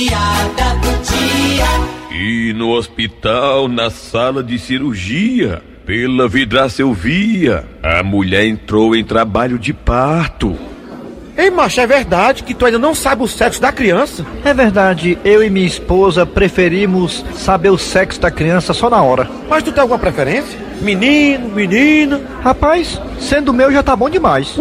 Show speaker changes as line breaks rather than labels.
piada do dia.
E no hospital, na sala de cirurgia, pela vidraça eu via, a mulher entrou em trabalho de parto.
Ei, macho, é verdade que tu ainda não sabe o sexo da criança?
É verdade, eu e minha esposa preferimos saber o sexo da criança só na hora.
Mas tu tem alguma preferência? Menino, menina?
Rapaz, sendo meu já tá bom demais.